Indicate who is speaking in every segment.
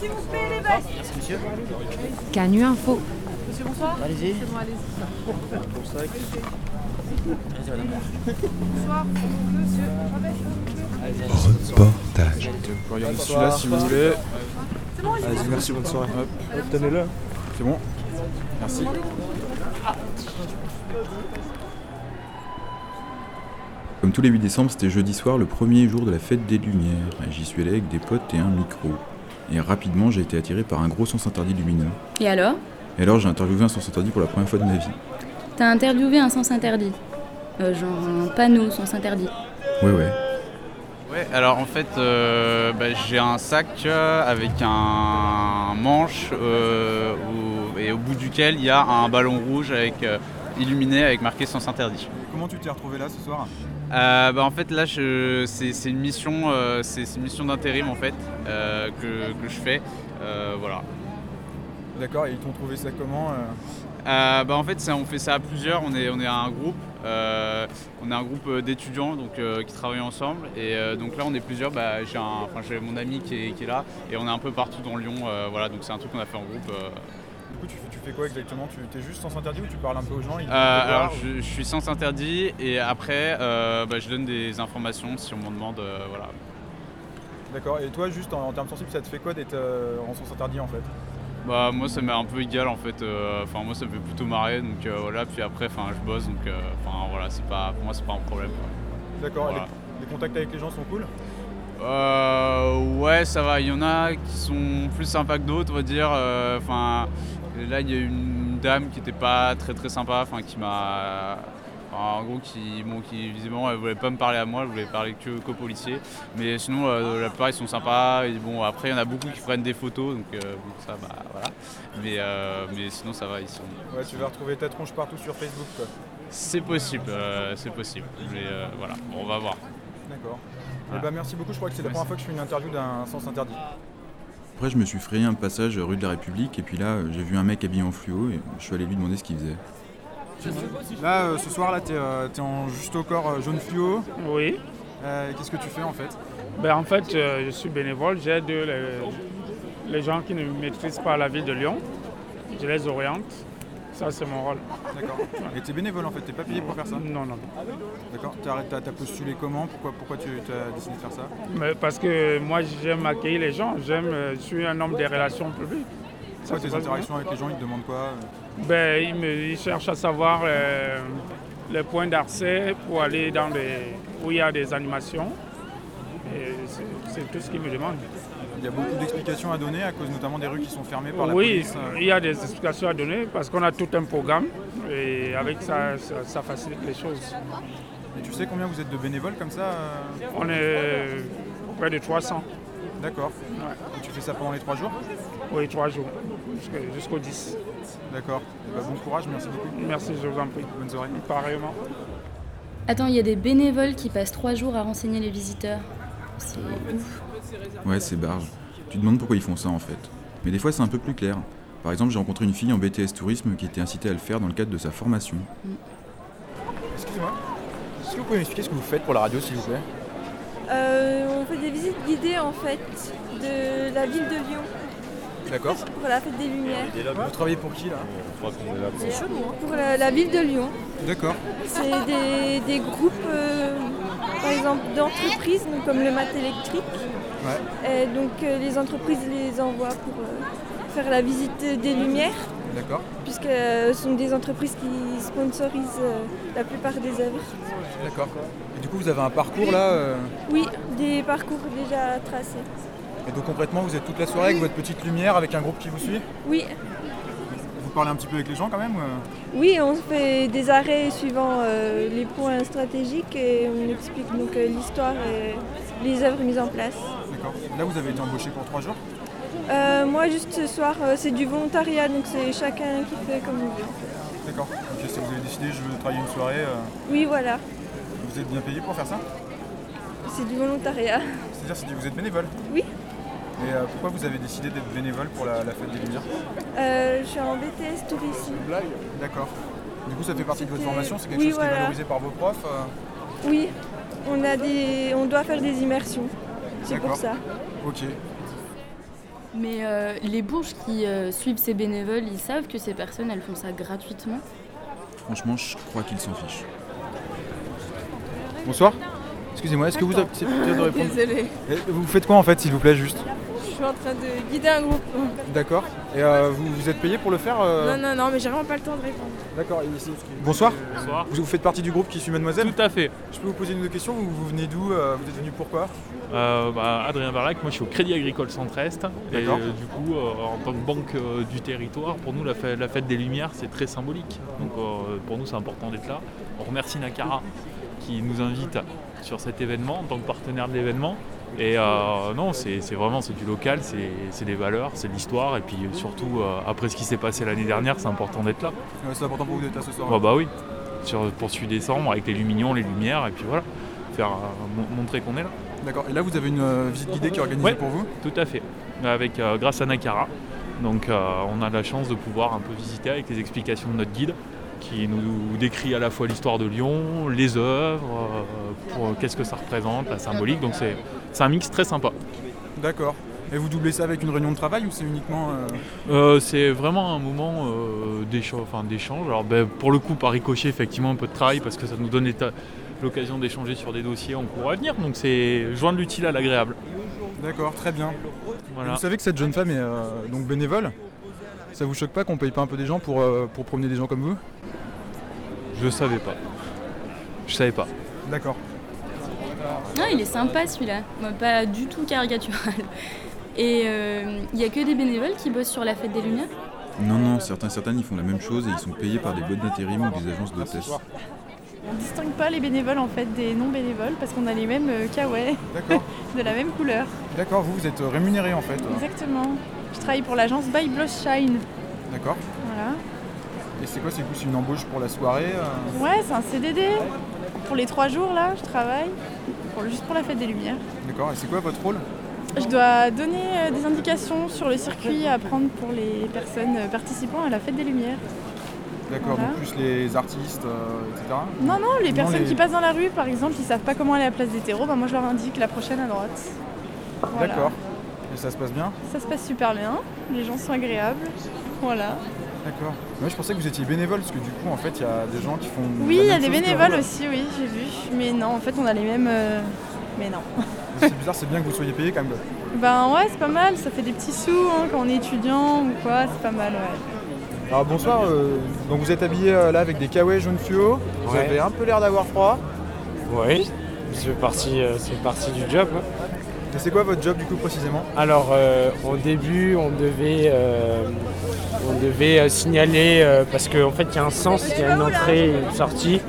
Speaker 1: S'il vous plaît, les mecs
Speaker 2: Merci, monsieur.
Speaker 3: Canu Info.
Speaker 1: Monsieur, bonsoir.
Speaker 2: Allez-y.
Speaker 1: C'est bon, allez-y.
Speaker 2: Pour ça. Allez-y, madame.
Speaker 1: Bonsoir, monsieur. Rabais, s'il vous plaît.
Speaker 4: Reportage.
Speaker 5: Il y en a celui-là si vous voulez.
Speaker 1: C'est bon, allez-y.
Speaker 5: Vas-y, merci, bonne soirée. Hop,
Speaker 4: Tenez-le.
Speaker 5: c'est bon Merci.
Speaker 4: Comme tous les 8 décembre, c'était jeudi soir, le premier jour de la fête des Lumières. Et J'y suis allé avec des potes et un micro. Et rapidement, j'ai été attiré par un gros sens interdit lumineux.
Speaker 6: Et alors
Speaker 4: Et alors, j'ai interviewé un sens interdit pour la première fois de ma vie.
Speaker 6: T'as interviewé un sens interdit. Euh, genre un panneau sens interdit.
Speaker 4: Ouais, ouais.
Speaker 7: Ouais, alors en fait, euh, bah, j'ai un sac euh, avec un manche euh, au- et au bout duquel il y a un ballon rouge avec, euh, illuminé avec marqué sens interdit.
Speaker 5: Comment tu t'es retrouvé là ce soir
Speaker 7: Euh, bah, en fait, là, je- c'est c'est une mission, euh, c'est c'est une mission d'intérim en fait euh, que, que je fais. Euh, voilà.
Speaker 5: D'accord, et ils t'ont trouvé ça comment euh
Speaker 7: Euh, bah, en fait, ça- on fait ça à plusieurs. On est, on est un groupe. euh, on est un groupe euh, d'étudiants donc euh, qui travaillent ensemble. Et euh, donc là, on est plusieurs. Bah, j'ai un- enfin, j'ai mon ami qui est, qui est là, et on est un peu partout dans Lyon. euh, voilà, donc c'est un truc qu'on a fait en groupe. euh.
Speaker 5: Du coup, tu, fais- tu fais quoi exactement Tu t'es juste sans interdit ou tu parles un peu aux gens
Speaker 7: Euh,
Speaker 5: ils viennent te voir,
Speaker 7: alors,
Speaker 5: ou-
Speaker 7: je, je suis sans interdit, et après, euh, bah, je donne des informations si on m'en demande. euh, voilà.
Speaker 5: D'accord, et toi, juste en, en termes sensibles, ça te fait quoi d'être euh, en sens interdit en fait
Speaker 7: Bah, moi, ça m'est un peu égal en fait. euh, Enfin, moi, ça me fait plutôt marrer. Donc euh, voilà. Puis après, enfin, je bosse. Donc, euh, enfin, voilà, c'est pas pour moi, c'est pas un problème. quoi.
Speaker 5: D'accord,
Speaker 7: Voilà.
Speaker 5: les, les contacts avec les gens sont cool
Speaker 7: Euh, ouais, ça va. Il y en a qui sont plus sympas que d'autres, on va dire. Euh, Enfin, là, il y a une dame qui n'était pas très très sympa, enfin, qui m'a. enfin, en gros, qui, bon, qui visiblement, elle voulait pas me parler à moi, elle voulait parler que qu'aux policiers. Mais sinon, euh, la plupart, ils sont sympas. Et bon, après, il y en a beaucoup qui prennent des photos, donc euh, bon, ça, bah voilà. Mais, euh, mais sinon, ça va, ils sont.
Speaker 5: Ouais, tu vas retrouver ta tronche partout sur Facebook quoi.
Speaker 7: C'est possible, euh, c'est possible. Mais euh, voilà, Bon, on va voir.
Speaker 5: D'accord.
Speaker 7: Voilà.
Speaker 5: Eh ben, merci beaucoup, je crois que c'est la
Speaker 7: Merci.
Speaker 5: première fois que je fais une interview d'un sens interdit.
Speaker 4: Après, je me suis frayé un passage rue de la République, et puis là, j'ai vu un mec habillé en fluo, et je suis allé lui demander ce qu'il faisait.
Speaker 5: Là, euh, ce soir, là, t'es en juste au corps euh, jaune fluo. Euh,
Speaker 8: Oui,
Speaker 5: Qu'est-ce que tu fais en fait
Speaker 8: ben en fait, euh, je suis bénévole, j'aide les, les gens qui ne maîtrisent pas la ville de Lyon, je les oriente, ça c'est mon rôle. Ah,
Speaker 5: D'accord. Et t'es bénévole en fait, t'es pas payé pour faire ça
Speaker 8: Non, non,
Speaker 5: D'accord. T'as, t'as- t'as postulé comment pourquoi, pourquoi tu as décidé de faire ça
Speaker 8: mais parce que moi j'aime accueillir les gens, j'aime, euh, je suis un homme des relations publiques.
Speaker 5: C'est
Speaker 8: Ça
Speaker 5: quoi
Speaker 8: se
Speaker 5: tes
Speaker 8: passe bien.
Speaker 5: interactions avec les gens Ils te demandent quoi
Speaker 8: Ben, ils, me, ils cherchent à savoir euh, les points d'accès pour aller dans des, où il y a des animations, et c'est c'est tout ce qu'ils me demandent.
Speaker 5: Il y a beaucoup d'explications à donner à cause notamment des rues qui sont fermées par la
Speaker 8: Oui,
Speaker 5: police. euh.
Speaker 8: il y a des explications à donner parce qu'on a tout un programme et avec ça, ça, ça facilite les choses.
Speaker 5: Et tu sais combien vous êtes de bénévoles comme ça euh
Speaker 8: On est près de 300,
Speaker 5: D'accord. Et tu fais ça pendant les trois jours
Speaker 8: oui, trois jours, jusque- jusqu'au 10.
Speaker 5: D'accord. Eh ben, bon courage, merci beaucoup.
Speaker 8: Merci, je vous en prie.
Speaker 5: Bonne soirée.
Speaker 8: Pareillement.
Speaker 6: Attends, il y a des bénévoles qui passent trois jours à renseigner les visiteurs. C'est ouf.
Speaker 4: Ouais, c'est barge. Tu te demandes pourquoi ils font ça en fait. Mais des fois, c'est un peu plus clair. Par exemple, j'ai rencontré une fille en BTS Tourisme qui était incitée à le faire dans le cadre de sa formation.
Speaker 5: Excusez-moi. Est-ce que vous pouvez m'expliquer ce que vous faites pour la radio s'il vous plaît
Speaker 1: Euh, on fait des visites guidées en fait de la ville de Lyon
Speaker 5: D'accord.
Speaker 1: pour la fête des Lumières.
Speaker 5: Vous travaillez pour qui là
Speaker 1: C'est chaud, Pour la, la ville de Lyon.
Speaker 5: D'accord.
Speaker 1: C'est des, des groupes, euh, par exemple, d'entreprises, donc comme le mat électrique. Et donc euh, les entreprises les envoient pour euh, faire la visite des Lumières,
Speaker 5: D'accord.
Speaker 1: puisque euh, ce sont des entreprises qui sponsorisent euh, la plupart des œuvres.
Speaker 5: D'accord. Et du coup vous avez un parcours là euh,
Speaker 1: Oui, des parcours déjà tracés.
Speaker 5: Et donc concrètement vous êtes toute la soirée avec votre petite lumière, avec un groupe qui vous suit
Speaker 1: Oui,
Speaker 5: Vous parlez un petit peu avec les gens quand même euh
Speaker 1: Oui, on fait des arrêts suivant euh, les points stratégiques et on explique donc euh, l'histoire et les œuvres mises en place.
Speaker 5: D'accord. Là, vous avez été embauché pour trois jours.
Speaker 1: Euh, moi, juste ce soir, euh, c'est du volontariat, donc c'est chacun qui fait comme il veut.
Speaker 5: D'accord. Ok, si vous avez décidé, je veux travailler une soirée. euh,
Speaker 1: Oui, voilà,
Speaker 5: vous êtes bien payé pour faire ça
Speaker 1: c'est du volontariat.
Speaker 5: C'est-à-dire, c'est du- vous êtes bénévole
Speaker 1: Oui.
Speaker 5: Et euh, pourquoi vous avez décidé d'être bénévole pour la, la fête des Lumières
Speaker 1: Euh, je suis en BTS tourisme.
Speaker 5: D'accord. Du coup, ça fait partie de votre
Speaker 1: C'était-
Speaker 5: formation C'est quelque
Speaker 1: oui,
Speaker 5: chose qui est
Speaker 1: voilà.
Speaker 5: valorisé par vos profs euh,
Speaker 1: Oui, on, a des... on doit faire des immersions, c'est pour
Speaker 5: D'accord.
Speaker 1: ça.
Speaker 5: Ok.
Speaker 6: Mais euh, les bourges qui euh, suivent ces bénévoles, ils savent que ces personnes, elles font ça gratuitement.
Speaker 4: Franchement, je crois qu'ils s'en fichent.
Speaker 5: Bonsoir.
Speaker 1: hein.
Speaker 5: Excusez-moi, est-ce que vous avez c'est bien de répondre
Speaker 1: Désolée,
Speaker 5: Eh, Vous faites quoi en fait, s'il vous plaît, juste
Speaker 1: je suis en train de guider un groupe.
Speaker 5: D'accord. Et euh, vous, vous êtes payé pour le faire euh
Speaker 1: Non, non, non, mais j'ai vraiment pas le temps de répondre.
Speaker 5: D'accord. et c'est- Bonsoir.
Speaker 7: Bonsoir.
Speaker 5: Vous, vous faites partie du groupe qui suit Mademoiselle
Speaker 7: Tout à fait.
Speaker 5: Je peux vous poser une ou deux questions Vous, vous venez d'où euh, Vous êtes venu pourquoi
Speaker 9: Euh, bah, Adrien Barlac, moi je suis au Crédit Agricole Centre-Est. Et
Speaker 5: D'accord.
Speaker 9: euh, du coup, euh, en tant que banque euh, du territoire, pour nous, la fête, la fête des Lumières, c'est très symbolique. Donc euh, pour nous, c'est important d'être là. On remercie Nakara qui nous invite sur cet événement en tant que partenaire de l'événement. Et euh, non, c'est c'est vraiment c'est du local, c'est c'est des valeurs, c'est de l'histoire. Et puis surtout, euh, après ce qui s'est passé l'année dernière, c'est important d'être là.
Speaker 5: Euh, C'est important pour vous d'être là ce soir.
Speaker 9: Ah bah oui, sur, pour celui décembre, avec les lumignons, les lumières, et puis voilà, faire, euh, mon- montrer qu'on est là.
Speaker 5: D'accord. Et là, vous avez une euh, visite guidée qui est organisée
Speaker 9: Ouais.
Speaker 5: pour vous
Speaker 9: Tout à fait, avec, euh, grâce à Nakara. Donc euh, on a la chance de pouvoir un peu visiter avec les explications de notre guide qui nous décrit à la fois l'histoire de Lyon, les œuvres, euh, pour- qu'est-ce que ça représente, la symbolique. Donc c'est c'est un mix très sympa.
Speaker 5: D'accord. Et vous doublez ça avec une réunion de travail ou c'est uniquement. euh,
Speaker 9: Euh, c'est vraiment un moment euh, d'écha- enfin, d'échange. Alors ben, pour le coup, par ricochet, effectivement, un peu de travail parce que ça nous donne l'éta- l'occasion d'échanger sur des dossiers en cours à venir. Donc c'est joindre l'utile à l'agréable.
Speaker 5: D'accord, très bien.
Speaker 9: Voilà.
Speaker 5: Vous savez que cette jeune femme est euh, donc bénévole Ça vous choque pas qu'on paye pas un peu des gens pour, euh, pour promener des gens comme vous
Speaker 9: Je savais pas. Je savais pas.
Speaker 5: D'accord.
Speaker 6: Non, il est sympa celui-là, Moi, pas du tout caricatural. Et euh, il n'y a que des bénévoles qui bossent sur la fête des Lumières.
Speaker 4: Non, non, certains, certaines, ils font la même chose et ils sont payés par des boîtes d'intérim ou des agences
Speaker 5: Ah,
Speaker 4: d'hôtesses.
Speaker 10: On distingue pas les bénévoles en fait des non bénévoles parce qu'on a les mêmes euh, kawaii
Speaker 5: D'accord. Ah.
Speaker 10: de la même couleur.
Speaker 5: D'accord, vous, vous êtes euh, rémunéré en fait.
Speaker 10: Exactement. Je travaille pour l'agence By Blush Shine.
Speaker 5: D'accord.
Speaker 10: Voilà.
Speaker 5: Et c'est quoi C'est coup, c'est une embauche pour la soirée euh,
Speaker 10: Ouais, c'est un CDD. Pour les trois jours là, je travaille pour, juste pour la fête des Lumières.
Speaker 5: D'accord. Et c'est quoi votre rôle
Speaker 10: Je dois donner euh, des indications sur le circuit à prendre pour les personnes euh, participant à la fête des Lumières.
Speaker 5: D'accord,
Speaker 10: Voilà.
Speaker 5: donc plus les artistes, euh, etc.
Speaker 10: Non, non, les
Speaker 5: Non,
Speaker 10: personnes
Speaker 5: les-
Speaker 10: qui passent dans la rue par exemple, qui savent pas comment aller à la place des terreaux, bah, moi je leur indique la prochaine à droite. Voilà.
Speaker 5: D'accord. Et ça se passe bien
Speaker 10: Ça se passe super bien, les gens sont agréables. Voilà.
Speaker 5: D'accord. Moi je pensais que vous étiez bénévole parce que du coup en fait il y a des gens qui font.
Speaker 10: Oui,
Speaker 5: la
Speaker 10: il y
Speaker 5: même
Speaker 10: a des
Speaker 5: chose que
Speaker 10: bénévoles
Speaker 5: vous.
Speaker 10: aussi, oui, j'ai vu. Mais non, en fait, on a les mêmes. euh, Mais non.
Speaker 5: C'est bizarre, c'est bien que vous soyez payé quand même.
Speaker 10: Ben ouais, c'est pas mal, ça fait des petits sous hein, quand on est étudiant ou quoi, c'est pas mal, ouais.
Speaker 5: Alors bonsoir, euh, donc vous êtes habillé euh, là avec des kawaii jaune fluo, vous
Speaker 11: Ouais.
Speaker 5: avez un peu l'air d'avoir froid.
Speaker 11: Oui, c'est parti, euh, c'est parti du job. hein.
Speaker 5: Et c'est quoi votre job du coup précisément
Speaker 11: Alors, euh, au début, on devait, euh, on devait euh, signaler, euh, parce qu'en fait, il y a un sens, il y a une entrée et une sortie.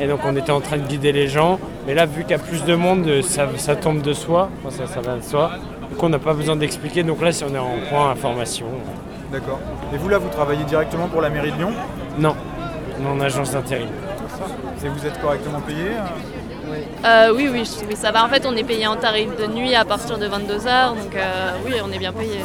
Speaker 11: Et donc, on était en train de guider les gens. Mais là, vu qu'il y a plus de monde, euh, ça, ça tombe de soi. Enfin, ça, ça va de soi. Donc, on n'a pas besoin d'expliquer. Donc là, si on est en point information. euh,
Speaker 5: D'accord. Et vous là vous travaillez directement pour la mairie de Lyon
Speaker 11: Non, on est en agence d'intérim.
Speaker 5: et vous êtes correctement payé euh
Speaker 12: Euh, oui, oui, je- oui, ça va. En fait, on est payé en tarif de nuit à partir de 22h, donc euh, oui, on est bien payé.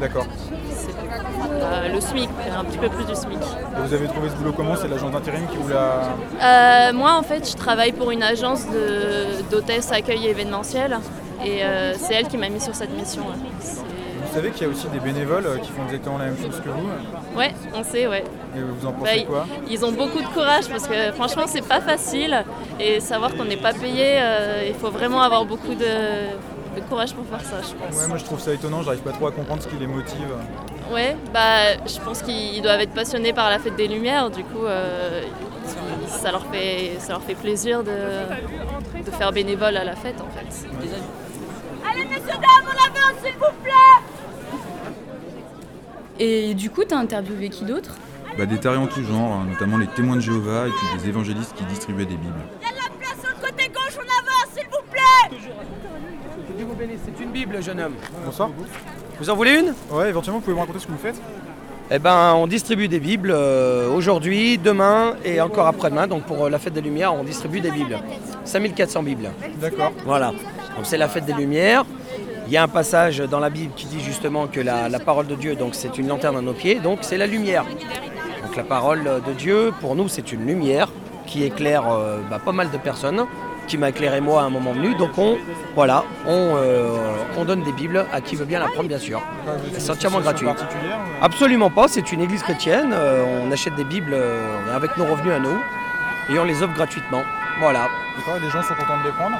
Speaker 5: D'accord.
Speaker 12: C'est euh, le SMIC, un petit peu plus du SMIC.
Speaker 5: Et vous avez trouvé ce boulot comment C'est l'agent d'intérim qui vous l'a.
Speaker 12: Euh, moi, en fait, je travaille pour une agence de- d'hôtesse accueil événementiel et euh, c'est elle qui m'a mis sur cette mission. ouais. C'est-
Speaker 5: Vous savez qu'il y a aussi des bénévoles euh, qui font exactement la même chose que vous. euh,
Speaker 12: Ouais, on sait, ouais.
Speaker 5: Et vous en
Speaker 12: Bah,
Speaker 5: pensez
Speaker 12: ils-
Speaker 5: quoi
Speaker 12: ils ont beaucoup de courage parce que franchement, c'est pas facile et savoir qu'on n'est pas payé, euh, il faut vraiment avoir beaucoup de, de courage pour faire ça, je pense.
Speaker 5: Ouais, moi je trouve ça étonnant, j'arrive pas trop à comprendre ce qui les motive.
Speaker 12: Ouais, bah je pense qu'ils doivent être passionnés par la fête des Lumières, du coup euh, ils- ça, leur fait, ça leur fait plaisir de, de faire bénévole à la fête en fait.
Speaker 6: Et du coup, t'as interviewé qui d'autre
Speaker 4: Bah, des tarés en tout genre, hein, notamment les témoins de Jéhovah et puis des évangélistes qui distribuaient des Bibles.
Speaker 2: Dieu vous bénisse, c'est une Bible, jeune homme.
Speaker 5: Bonsoir.
Speaker 2: Vous en voulez une
Speaker 5: Ouais, éventuellement vous pouvez me raconter ce que vous faites
Speaker 2: Eh ben, on distribue des Bibles euh, aujourd'hui, demain et encore après-demain. Donc pour euh, la fête des Lumières, on distribue des Bibles. 5400 Bibles.
Speaker 5: D'accord.
Speaker 2: Voilà. Donc c'est la fête des Lumières. Il y a un passage dans la Bible qui dit justement que la, la parole de Dieu, donc c'est une lanterne à nos pieds, donc c'est la lumière. Donc la parole de Dieu, pour nous, c'est une lumière qui éclaire euh, bah, pas mal de personnes, qui m'a éclairé moi à un moment venu. Donc on, voilà, on, euh, on donne des Bibles à qui veut bien la prendre, bien sûr. C'est entièrement gratuit. Absolument pas, c'est une église chrétienne. euh, on achète des Bibles euh, avec nos revenus à nous et on les offre gratuitement. Voilà.
Speaker 5: D'accord, et les gens sont contents de les prendre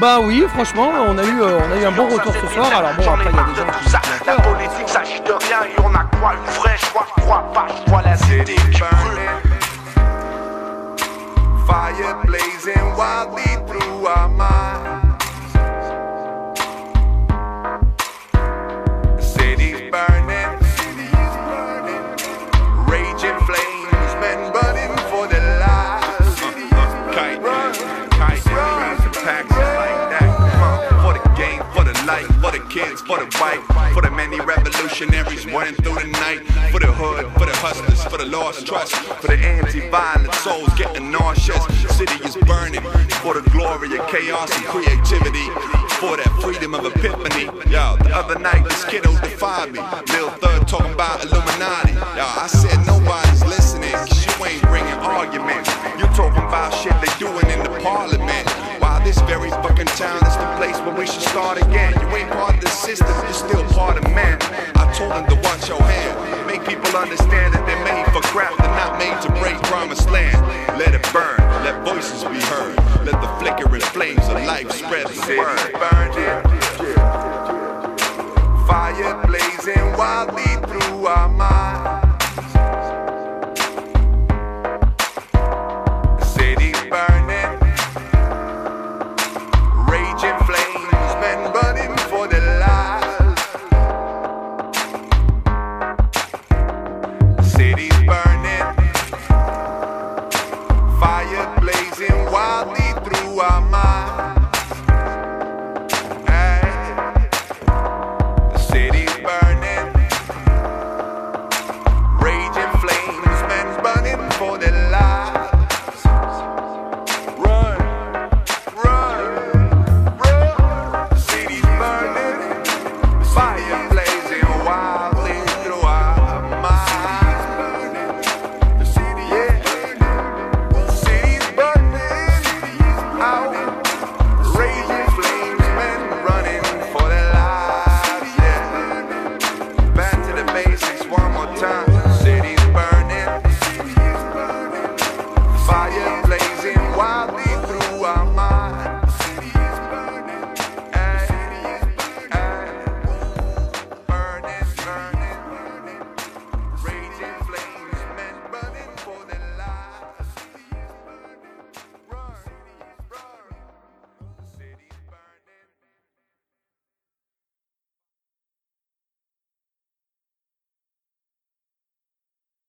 Speaker 2: Bah oui, franchement, on a eu, euh, on a eu un bon retour ce soir. Alors bon, après, il y a des gens qui.
Speaker 13: La politique s'agit de rien et on a quoi une vraie joie, crois pas, je vois la cité qui brûle. Fire blazing wildly through our minds. Cities burning, cities burning. Raging flames, men burning for their lives. Kindness, kindness, packs like that. Come on, for the game, for the life, for the kids, for the wife, for the many revolutionaries running through the night, for the hood, for the hustlers, for the lost trust, for the anti-violent souls getting nauseous. City is burning for the glory of chaos and creativity, for that freedom of epiphany. Yo, the other night this kiddo defied me. Lil Thug talking about Illuminati. Yo, I said nobody's listening, 'cause you ain't bringing arguments. You talking about shit they doing in the parliament. Why this very fucking town is the place where we should start again. You ain't part of the system, you're still part of man. I told him to watch your hand. Make people understand that they're made for crap, they're not made to break promised land. Let it burn, let voices be heard. Let the flickering flames of life spread the word. Fire blazing wildly through our